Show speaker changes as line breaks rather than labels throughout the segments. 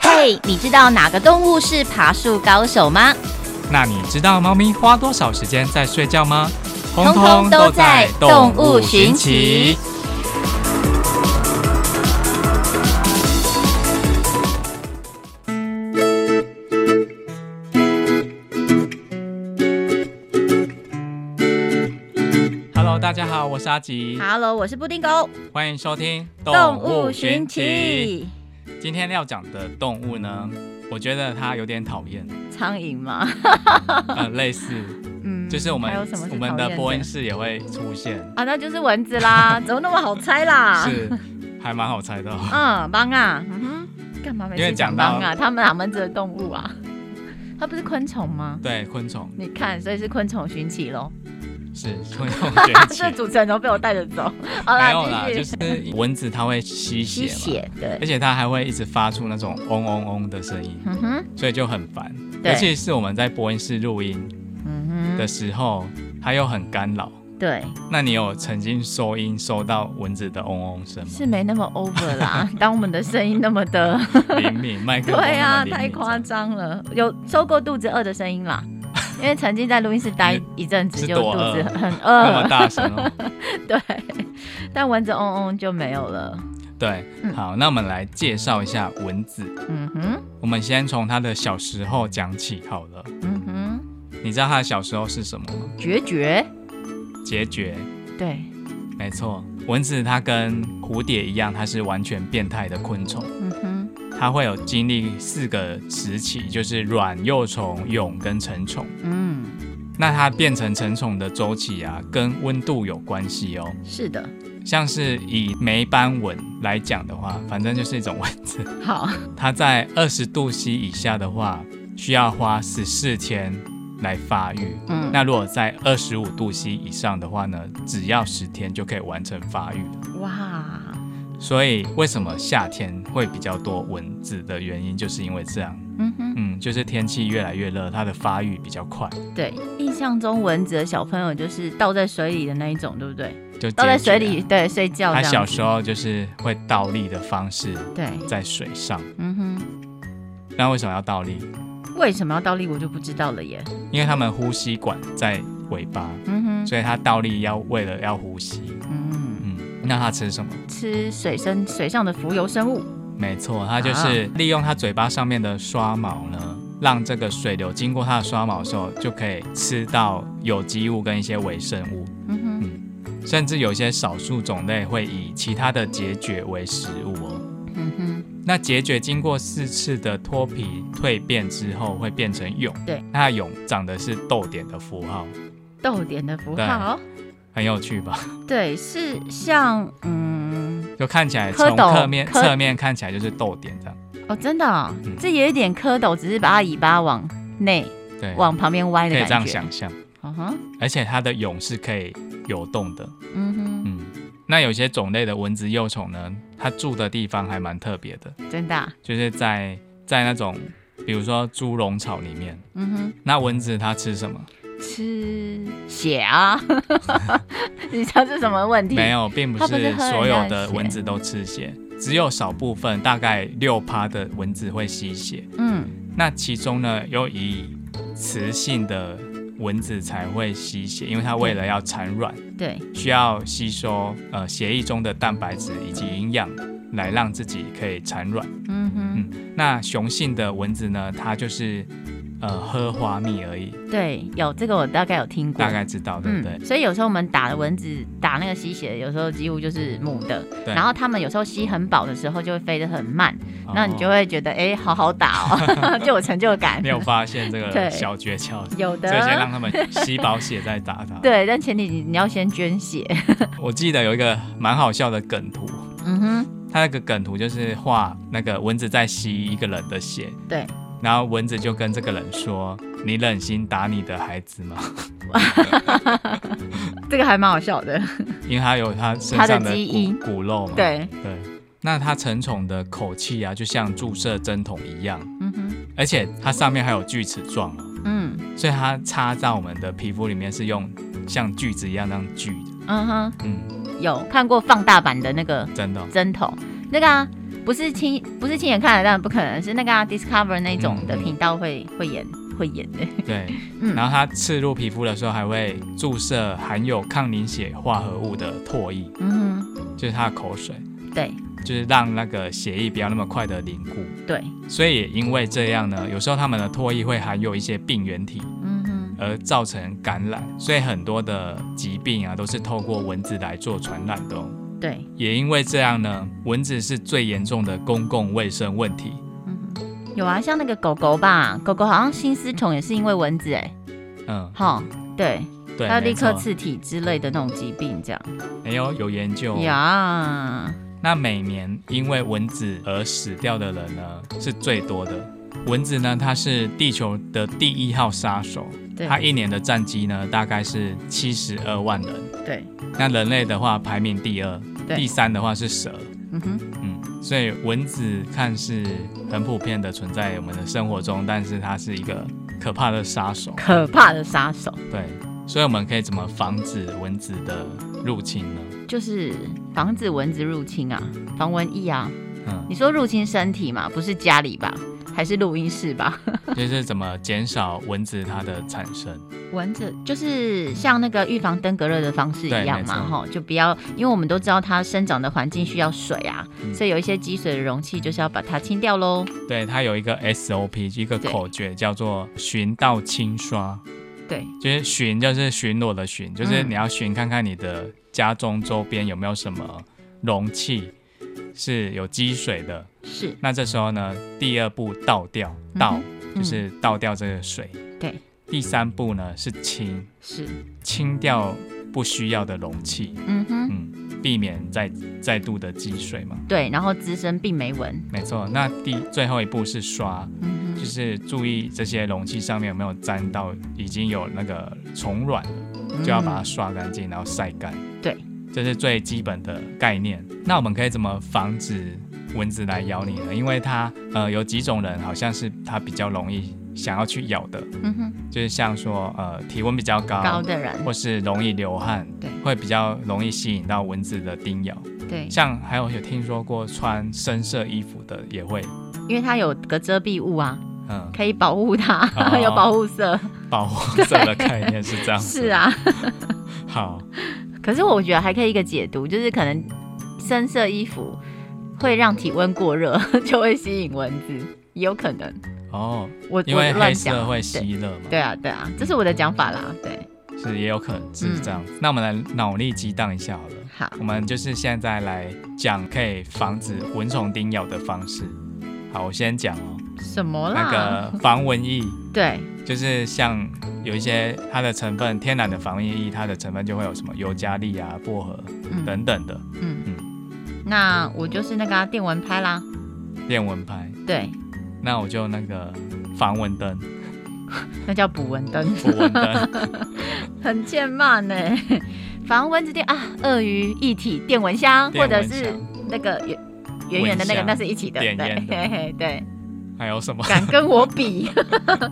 嘿，你知道哪个动物是爬树高手吗？
那你知道猫咪花多少时间在睡觉吗？
通通都在动物寻奇。
Hello，大家好，我是阿吉，
Hello，我是布丁狗，
欢迎收听
动物寻。奇，
今天要讲的动物呢，我觉得它有点讨厌，
苍蝇吗？
呃，类似
嗯，
就是我们
还有什么是
我们
讨
的
厌
播音室也会出现，
啊，那就是蚊子 啦，怎么那么好猜啦？
是还蛮好猜的哦。
嗯，帮啊，嗯哼，干嘛没
因
事
为讲
帮
到
啊？它们哪门子的动物啊？它不是昆虫吗？
对，昆虫
你看，所以是昆虫寻奇喽。
是昆虫崛
这
起，
主持人都被我带着走。 好
没
啦，
有啦，
继
就
续。
是蚊子它会吸
吸
血嘛，
血，对
而，且它还会一直发出那种嗡嗡嗡的声音，
嗯哼，
所以就很烦。
对
尤其是我们在播音室录音
嗯
的时候，它又很干扰。
哼，对，
那你有曾经收音收到蚊子的嗡嗡 声吗？
是没那么 over 啦。 当我们的声音那么的，
灵敏，麦克风
对啊，
那么灵敏
太夸张了。有收过肚子饿的声音啦， 因为曾经在录音室待一阵子，
是
就
多
肚子
饿
很
那么
饿，
大声哦。
对。但蚊子嗡嗡就没有了。
对，
嗯
好，那我们来介绍一下蚊子。
嗯哼，
我们先从它的小时候讲起好了。
嗯哼，
你知道它的小时候是什么吗？
决绝，
孑孓，
对，
没错。蚊子它跟蝴蝶一样，它是完全变态的昆虫。
嗯哼，
它会有经历四个时期，就是卵、幼虫、蛹跟成虫。
嗯，
那它变成成虫的周期啊，跟温度有关系哦。
是的，
像是以霉斑蚊来讲的话，反正就是一种蚊子，
好，
它在二十度 C 以下的话，需要花十四天来发育。
嗯，
那如果在二十五度 C 以上的话呢，只要十天就可以完成发育了。
嗯哇，
所以为什么夏天会比较多蚊子的原因，就是因为这样。
嗯哼，
嗯，就是天气越来越热，它的发育比较快，
对，印象中蚊子的小朋友就是倒在水里的那一种，对不对？
就
倒在
结局
水里，
啊。
对，睡觉这
它
样子。
小时候就是会倒立的方式
对，
在水上，
嗯哼，
那为什么要倒立？
为什么要倒立我就不知道了耶。
因为它们呼吸管在尾巴，
嗯哼，
所以它倒立要为了要呼吸。
嗯，
嗯，那它吃什么？
吃水生水上的浮游生物。
没错，它就是利用它嘴巴上面的刷毛呢，让这个水流经过它的刷毛的时候，就可以吃到有机物跟一些微生物，
嗯哼，
甚至有些少数种类会以其他的孑孓为食物哦。
嗯哼，
那孑孓经过四次的脱皮蜕变之后，会变成蛹。
对，
那蛹长的是逗点的符号，
逗点的符号。
很有趣吧？
对，是像嗯，
就看起来
蝌
从
蚪
侧面
蝌
侧面看起来就是逗点这样。
哦，真的哦、
嗯
这也有点蝌蚪，只是把它尾巴往内
对，
往旁边歪
可
的
以
感
这
觉。
样想象，
嗯哼，
而且它的蛹是可以游动的。
嗯
嗯，那有些种类的蚊子幼虫呢，它住的地方还蛮特别的，
哼，真的啊、
就是在在那种比如说猪笼草里面。
嗯哼。
那蚊子它吃什么？
吃血 啊！你知道这什么问题？
没有，并不
它不是
是
喝人
所
家
有
的
的
血
蚊子都吃血，只有少部分，大概六趴的蚊子会吸血。
嗯，
那其中呢，又以雌性的蚊子才会吸血，因为它为了要产卵，
对，
需要吸收呃血液中的蛋白质以及营养，来让自己可以产卵。
嗯哼，
那雄性的蚊子呢，它就是呃喝花蜜而已，
对，有这个我大概有听过，
大概知道对不对？
嗯，所以有时候我们打的蚊子打那个吸血的，有时候几乎就是母的，
对
然后它们有时候吸很饱的时候就会飞得很慢，那你就
哦
会觉得哎、诶好好打哦， 就有成就感
你。有发现这
对
个小诀窍，
有
所以先让
的，
他们吸饱血再打它。，
对，但前提你你要先捐血。
我记得有一个蛮好笑的梗图，
嗯哼，
它那个梗图就是画那个蚊子在吸一个人的血，
对，
然后蚊子就跟这个人说：“你忍心打你的孩子吗？”
这个还蛮好笑的。
因为它有它身
它的
上的
基因
骨骨肉嘛。
对，
对那它成虫的口气啊，就像注射针筒一样，
嗯哼，
而且它上面还有锯齿状哦，
嗯
所以它插在我们的皮肤里面是用像锯子一样那样锯的。
嗯哼，
嗯，
有看过放大版的那个
真的哦、
针头，那个啊，不是亲不是亲眼看的，当然不可能，是那个、啊、Discover 那种的
嗯嗯
频道会、会演会演的。
对，
嗯
然后它刺入皮肤的时候还会注射含有抗凝血化合物的唾液，
嗯哼，
就是它的口水，
对
就是让那个血液不要那么快的凝固。
对，
所以也因为这样呢，有时候它们的唾液会含有一些病原体，
嗯哼，
而造成感染。所以很多的疾病啊，都是透过蚊子来做传染的、哦。
对，
也因为这样呢，蚊子是最严重的公共卫生问题。
嗯哼，有啊，像那个狗狗吧，狗狗好像心丝虫也是因为蚊子哎、
嗯，
哈，对，
对，
还有立
没错
克刺体之类的那种疾病这样。
没有有研究哦、
呀，
那每年因为蚊子而死掉的人呢，是最多的。蚊子呢，它是地球的第一号杀手，
对
它一年的战绩呢，大概是七十二万人。
对，
那人类的话排名第二，
对
第三的话是蛇。
嗯哼，
嗯，所以蚊子看似很普遍的存在我们的生活中，但是它是一个可怕的杀手。
可怕的杀手
对，所以我们可以怎么防止蚊子的入侵呢？
就是防止蚊子入侵啊，防蚊疫啊。
嗯，
你说入侵身体嘛，不是家里吧？还是录音室吧？
就是怎么减少蚊子它的产生。
蚊子就是像那个预防登革热的方式一
对
样
没
嘛，
错
哈，就不要，因为我们都知道它生长的环境需要水啊，
嗯
所以有一些积水的容器就是要把它清掉喽。
对，它有一个 SOP，一个
对
口诀叫做“寻到清刷
对，”，
就是寻就是巡逻的巡，就是
嗯
你要寻看看你的家中周边有没有什么容器是有积水的。
是，
那这时候呢，第二步倒掉，倒、
嗯
就是倒掉这个水。
对，
第三步呢是清，
是，
清掉不需要的容器，
嗯哼，
嗯，避免再再度的积水嘛。
对，然后滋生病媒蚊，
没错，那第最后一步是刷，
嗯
就是注意这些容器上面有没有沾到已经有那个虫卵了，
哼，
就要把它
嗯
刷干净，然后晒干。
对，
这是最基本的概念。那我们可以怎么防止蚊子来咬你呢？因为它呃有几种人好像是它比较容易想要去咬的，
嗯哼，
就是像说呃体温比较高，
高的人，
或是容易流汗，
对
会比较容易吸引到蚊子的叮咬。
对，
像还有有听说过穿深色衣服的也会，
因为它有个遮蔽物啊，
嗯，
可以保护它，
哦哦
有保护色。
保护色的概念是这样子。
是，啊，
好，
可是我觉得还可以一个解读，就是可能深色衣服会让体温过热， 就会吸引蚊子，也有可能。
哦，
我
因为
我乱
黑色
讲，
会吸热嘛，
对啊对啊，这是我的讲法啦。对，
是也有可能是这
嗯
样子。那我们来脑力激荡一下好了。
好，
我们就是现在来讲可以防止蚊虫叮咬的方式。好，我先讲哦，
什么
那
啦？
个防蚊液，
对，
就是像有一些它的成分，天然的防蚊液，它的成分就会有什么尤加利啊、薄荷
嗯
等等的
嗯，那我就是那个啊电蚊拍啦。
电蚊拍。
对，
那我就那个防 蚊灯、
那叫捕蚊灯，
捕蚊灯，
很欠骂呢。 防蚊子电啊，鳄鱼一体电蚊香， 或
电
者
蚊
是
香
那个圆圆圆的那个，
蚊香
那是一起的，对
点烟的
嘿嘿 对，
还有什么？
敢跟我比，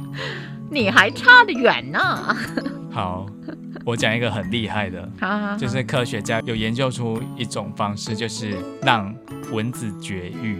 你还差得远呢。
好，我讲一个很厉害的，
好好好
就是科学家有研究出一种方式，就是让蚊子绝育。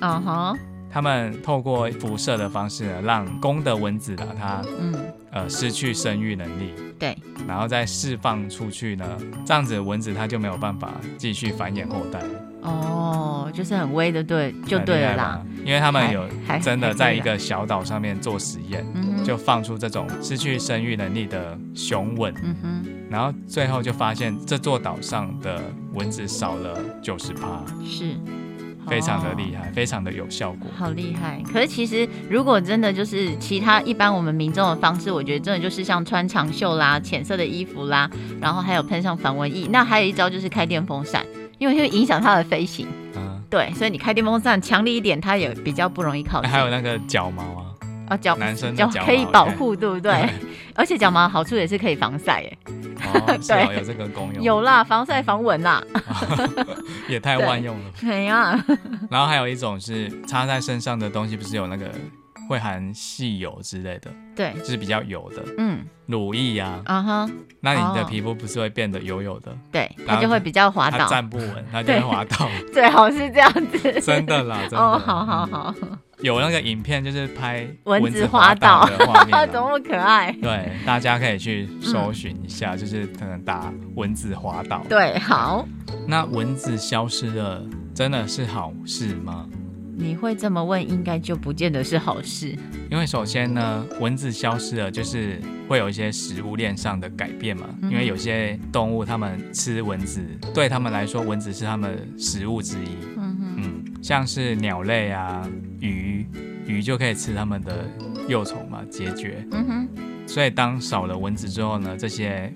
嗯哼，
他们透过辐射的方式呢，让公的蚊子啊，它
嗯，
呃失去生育能力，
对，
然后再释放出去呢，这样子蚊子它就没有办法继续繁衍后代了，
哦，就是很微的，对，就
很
对
厉
了哎
害
啦。
吧，因为他们
还
有
还
真
还
的
可以
在一
啦
个小岛上面做实验，
嗯哼
就放出这种失去生育能力的雄蚊，
嗯哼，
然后最后就发现这座岛上的蚊子少了九十趴，
是
非常的厉
害。
害，非常的有效果。
好厉害！可是其实，如果真的就是其他一般我们民众的方式，我觉得真的就是像穿长袖啦、浅色的衣服啦，然后还有喷上防蚊液。那还有一招就是开电风扇，因为会影响它的飞行。
嗯，
对，所以你开电风扇强力一点，它也比较不容易靠近。
还有那个脚毛啊，
啊，脚
男生的
脚
脚
可以
毛
保
对
护，对不对？ 而且脚毛的好处也是可以防晒，耶。
哦，是哦，
对
有这个功用，
有啦，防晒防蚊 啦。
也太万用了。
哎呀，
然后还有一种是插在身上的东西，不是有那个会含细油之类的，
对，
就是比较油的
嗯，
乳液啊，
啊哈，
那你的
哦
皮肤不是会变得油油的？
对，
然
它
后
就会比较滑
它
倒，
站不稳， 它就
对
会滑倒，
最好是这样子，
真 的啦，真的。
哦，好好好，
有那个影片就是拍
蚊
蚊
子
子
滑
倒
倒
的画面
啊，
啊、
怎么那么可爱？
对，大家可以去搜寻一下，就是可能打蚊子滑倒。
对，好，
那蚊子消失了，真的是好事吗？
你会这么问，应该就不见得是好事。
因为首先呢，蚊子消失了，就是会有一些食物链上的改变嘛。
嗯
因为有些动物它们吃蚊子，对它们来说，蚊子是它们食物之一。
嗯哼，
嗯，像是鸟类啊、鱼，鱼就可以吃它们的幼虫嘛，孑孓。
嗯哼，
所以当少了蚊子之后呢，这些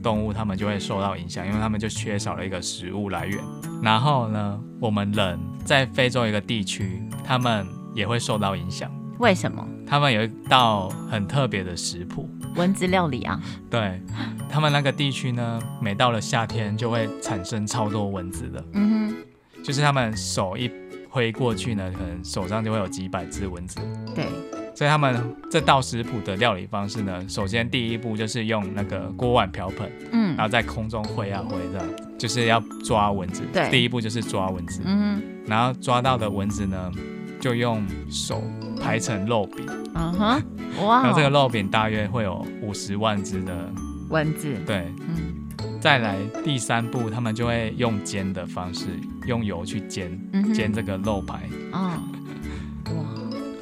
动物它们就会受到影响，因为它们就缺少了一个食物来源。然后呢，我们人在非洲一个地区，他们也会受到影响。
为什么
他们有一道很特别的食谱，
蚊子料理啊？
对他们那个地区呢，每到了夏天就会产生超多蚊子的，
嗯
就是他们手一挥过去呢，可能手上就会有几百只蚊子。
哼，对，
所以他们这道食谱的料理方式呢，首先第一步就是用那个锅碗瓢盆，
嗯
然后在空中挥啊挥的，就是要抓蚊子。
对
第一步就是抓蚊子，
嗯
然后抓到的蚊子呢，就用手排成肉饼，
哼，嗯哼，哇
然后这个
哦，
肉饼大约会有五十万只的。
蚊子，
对，
嗯
再来第三步，他们就会用煎的方式，用油去煎
嗯哼，
煎这个肉排，
哦，哇，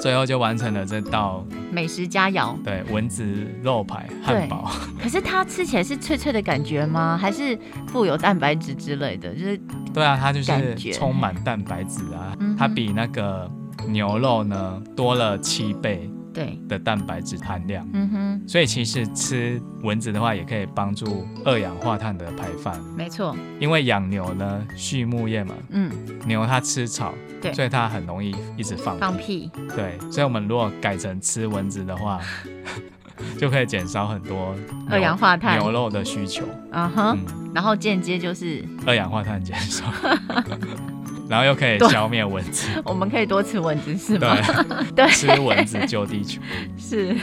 最后就完成了这道
美食佳肴。
对蚊子肉排汉堡。
可是它吃起来是脆脆的感觉吗？还是富有蛋白质之类的？就是
对啊，它就
感
是
觉
充满蛋白质啊
嗯哼，
它比那个牛肉呢多了七倍
对，
的蛋白质含量。
嗯哼，
所以其实吃蚊子的话，也可以帮助二氧化碳的排放。
没错，
因为养牛呢，畜牧业嘛，
嗯，
牛它吃草，
对
所以它很容易一直放
放屁，
对，所以我们如果改成吃蚊子的话， 就可以减少很多牛
二氧化碳，
牛肉的需求。
啊哈，
嗯，
然后间接就是
二氧化碳减少， 然后又可以
对
消灭蚊 子。
我们可以多吃蚊子是吗？
对，
对
吃蚊子救地球。
是，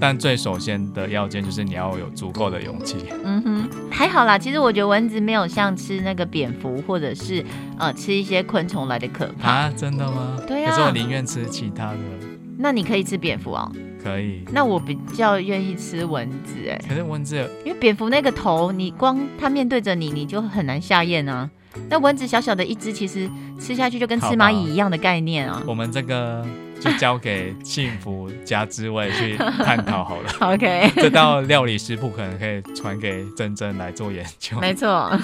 但最首先的要件就是你要有足够的勇气。
嗯哼，还好啦。其实我觉得蚊子没有像吃那个蝙蝠或者是呃吃一些昆虫来的可怕。
啊，真的吗？
对啊
可是我宁愿吃其他的，
那你可以吃蝙蝠哦，
可以。
那我比较愿意吃蚊子哎、
可是蚊子有，
因为蝙蝠那个头，你光它面对着你，你就很难下咽啊。那蚊子小小的一只，其实吃下去就跟吃蚂蚁一样的概念啊。
我们这个就交给幸福加滋味 去探讨好了。
OK，
这道料理食谱可能可以传给珍珍来做研究。
没错，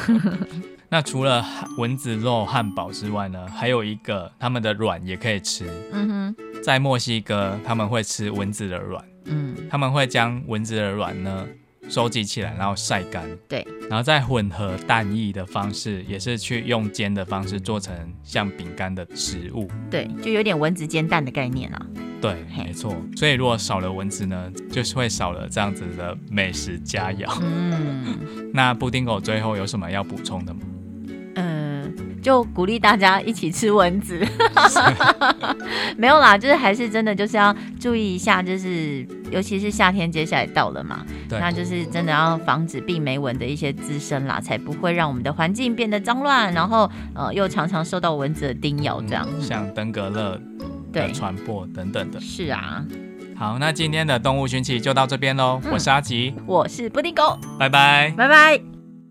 那除了蚊子肉汉堡之外呢，还有一个他们的卵也可以吃。
嗯哼，
在墨西哥，他们会吃蚊子的卵。
嗯，
他们会将蚊子的卵呢收集起来，然后晒干，
对，
然后再混合蛋液的方式，也是去用煎的方式做成像饼干的食物。
对，就有点蚊子煎蛋的概念啊。
对，
嘿
没错。所以如果少了蚊子呢，就是会少了这样子的美食佳 肴。
嗯，
那布丁狗最后有什么要补充的吗？
呃，就鼓励大家一起吃蚊 子。没有啦，就是还是真的就是要注意一下，就是尤其是夏天接下来到了嘛，
对
那就是真的要防止病媒蚊的一些滋生啦，才不会让我们的环境变得脏乱，然后呃又常常受到蚊子的叮咬哦这样。
嗯像登革热的
对，
传播等等的。
是啊，
好，
嗯
那今天的动物寻奇就到这边喽。我是阿吉，
我是布丁狗，
拜拜。
拜拜。